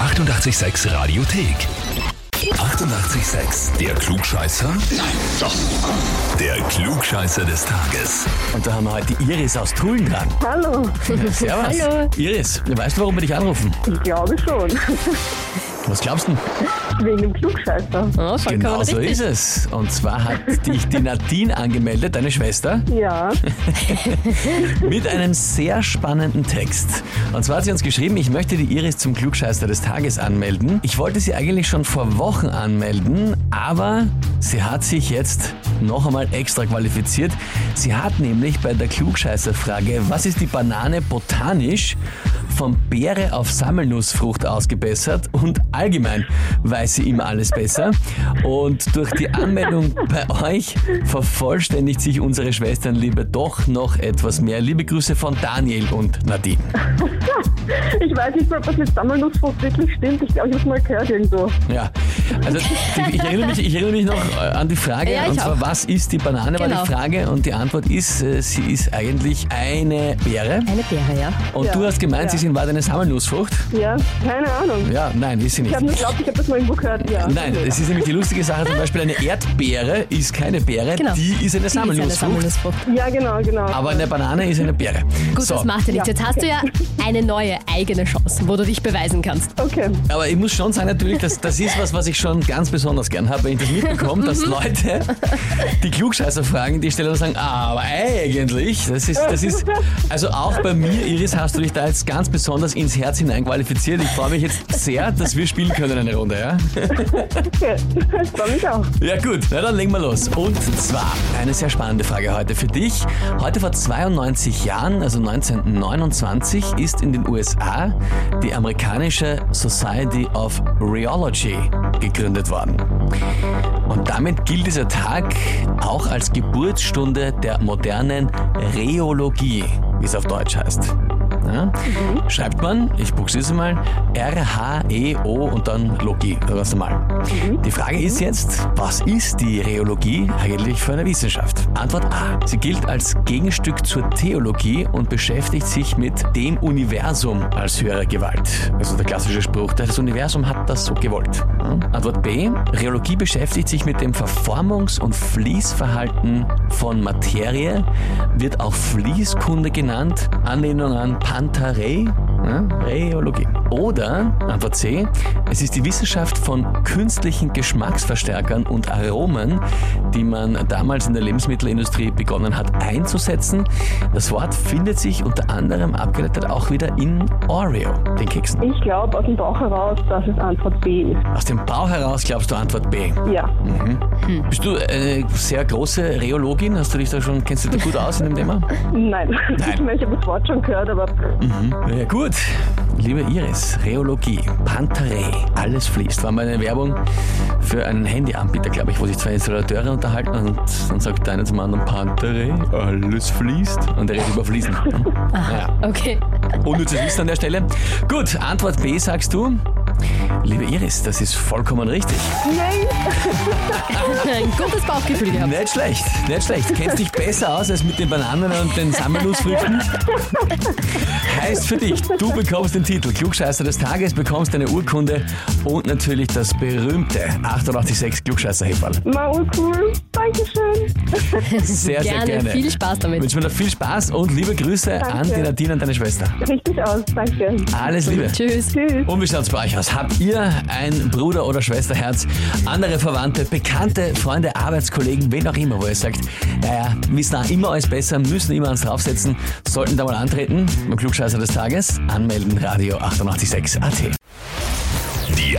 886 Radiothek. 88,6. Der Klugscheißer? Nein, doch. Der Klugscheißer des Tages. Und da haben wir heute die Iris aus Tulln dran. Hallo, Servus. Hallo. Iris, weißt du, warum wir dich anrufen? ich glaube schon. Was glaubst du? Wegen dem Klugscheißer. Oh, vollkommen Genau so ist richtig. es. Und zwar hat dich die Nadine angemeldet, deine Schwester, Ja, mit einem sehr spannenden Text. Und zwar hat sie uns geschrieben, ich möchte die Iris zum Klugscheißer des Tages anmelden. Ich wollte sie eigentlich schon vor Wochen anmelden, aber sie hat sich jetzt noch einmal extra qualifiziert. Sie hat nämlich bei der Klugscheißer-Frage, was ist die Banane botanisch, von Beere auf Sammelnussfrucht ausgebessert und allgemein weiß sie immer alles besser. Und durch die Anmeldung bei euch vervollständigt sich unsere Schwesternliebe doch noch etwas mehr. Liebe Grüße von Daniel und Nadine. ich weiß nicht mal, ob das mit Sammelnussfrucht wirklich stimmt. Ich glaube, ich habe es mal gehört irgendwo. Ja, also die- ich erinnere mich, ich erinnere mich noch äh, an die Frage, Ja, ich und zwar, auch. was ist die Banane, war Genau. die Frage und die Antwort ist, äh, sie ist eigentlich eine Beere. Eine Beere, ja. Und Ja, du hast gemeint, ja. sie ist in Wahrheit eine Sammelnussfrucht? Ja, keine Ahnung. Ja, nein, ist sie Ich nicht. habe nur geglaubt, ich habe das mal irgendwo gehört. Ja. Nein, es ist nämlich die lustige Sache, zum Beispiel eine Erdbeere ist keine Beere, Genau. die ist eine Die ist eine Sammelnussfrucht. Sammelnussfrucht. ja, genau, genau. Aber eine Banane ist eine Beere. Gut, so. das macht ja nichts. Ja. Jetzt hast du ja eine neue eigene Chance, wo du dich beweisen kannst. okay. Aber ich muss schon sagen, natürlich, das, das ist was, was ich schon ganz besonders gern habe, wenn ich das mitbekomme, dass Leute die Klugscheißer fragen, die stellen und sagen, "Ah, aber eigentlich, das ist, das ist, also auch bei mir, Iris, hast du dich da jetzt ganz besonders ins Herz hinein qualifiziert. Ich freue mich jetzt sehr, dass wir spielen können eine Runde, ja? okay. Ich freue mich auch. Ja gut, na dann legen wir los. Und zwar eine sehr spannende Frage heute für dich. Heute vor 92 Jahren, also 1929, ist in den USA die amerikanische Society of Rheology gegründet worden. Und damit gilt dieser Tag auch als Geburtsstunde der modernen Rheologie, wie es auf Deutsch heißt. Ja? Schreibt man, ich buchstabiere es mal, R-H-E-O und dann Logie, also ganz normal. Die Frage ist jetzt, was ist die Rheologie eigentlich für eine Wissenschaft? Antwort A. Sie gilt als Gegenstück zur Theologie und beschäftigt sich mit dem Universum als höherer Gewalt. Also der klassische Spruch, das Universum hat das so gewollt. Ja? Antwort B. Rheologie beschäftigt sich mit dem Verformungs- und Fließverhalten von Materie, wird auch Fließkunde genannt, Anlehnung an Pantarei, ja, Rheologie. Oder, Antwort C, es ist die Wissenschaft von künstlichen Geschmacksverstärkern und Aromen, die man damals in der Lebensmittelindustrie begonnen hat einzusetzen. Das Wort findet sich unter anderem abgeleitet auch wieder in Oreo, den Keksen. Ich glaube aus dem Bauch heraus, dass es Antwort B ist. Aus dem Bauch heraus glaubst du Antwort B. Ja. Bist du eine sehr große Rheologin? Hast du dich da schon, kennst du dich gut aus in dem Thema? Nein. Ich, mein, ich habe das Wort schon gehört, aber Hm. Ja, gut. Liebe Iris, Rheologie, Pantarei, alles fließt. War mal eine Werbung für einen Handyanbieter, glaube ich, wo sich zwei Installateure unterhalten und dann sagt der eine zum anderen Pantarei, alles fließt. Und der redet über Fließen. Naja, Okay. unnützes Wissen an der Stelle. Gut, Antwort B sagst du. Liebe Iris, das ist vollkommen richtig. nein. Ein gutes Bauchgefühl gehabt. Nicht schlecht, nicht schlecht. Kennst dich besser aus als mit den Bananen und den Sammelnussfrüchten? Heißt für dich, du bekommst den Titel Klugscheißer des Tages, bekommst deine Urkunde und natürlich das berühmte 886 klugscheißer -Heferl. Mal cool. Dankeschön. Ne, Sehr, sehr Gerne, gerne. viel Spaß damit. Wünschen wir dir viel Spaß und liebe Grüße an Danke. die Nadine und deine Schwester. Richtig aus. Danke. Alles Liebe. Tschüss. Tschüss. Und wie schaut's bei euch aus? Habt ihr ein Bruder- oder Schwesterherz, andere Verwandte, Bekannte, Freunde, Arbeitskollegen, wen auch immer, wo ihr sagt, naja, wissen auch immer alles besser, müssen immer ans draufsetzen, sollten da mal antreten, beim Klugscheißer des Tages, anmelden, Radio 886 AT. Die